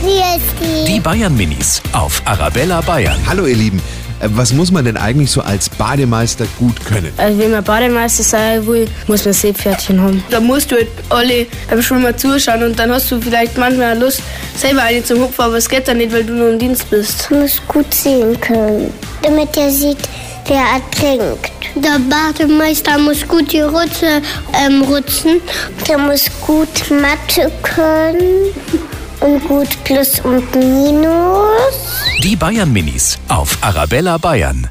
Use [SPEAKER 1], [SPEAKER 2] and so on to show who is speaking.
[SPEAKER 1] Grüß
[SPEAKER 2] Die Bayern Minis auf Arabella Bayern.
[SPEAKER 3] Hallo ihr Lieben, Äh, was muss man denn eigentlich so als Bademeister gut können?
[SPEAKER 4] Also wenn man Bademeister sein will, muss man Seepferdchen haben.
[SPEAKER 5] Da musst du halt alle beim Schwimmen zuschauen und dann hast du vielleicht manchmal auch Lust, selber eine zum Hupfen, aber es geht dann nicht, weil du nur im Dienst bist.
[SPEAKER 1] Du musst gut sehen können, damit er sieht, wer ertrinkt. Der Bademeister muss gut die Rutsche ähm, rutschen. Der muss gut Mathe können und gut Plus und Minus.
[SPEAKER 2] Die Bayern Minis auf Arabella Bayern.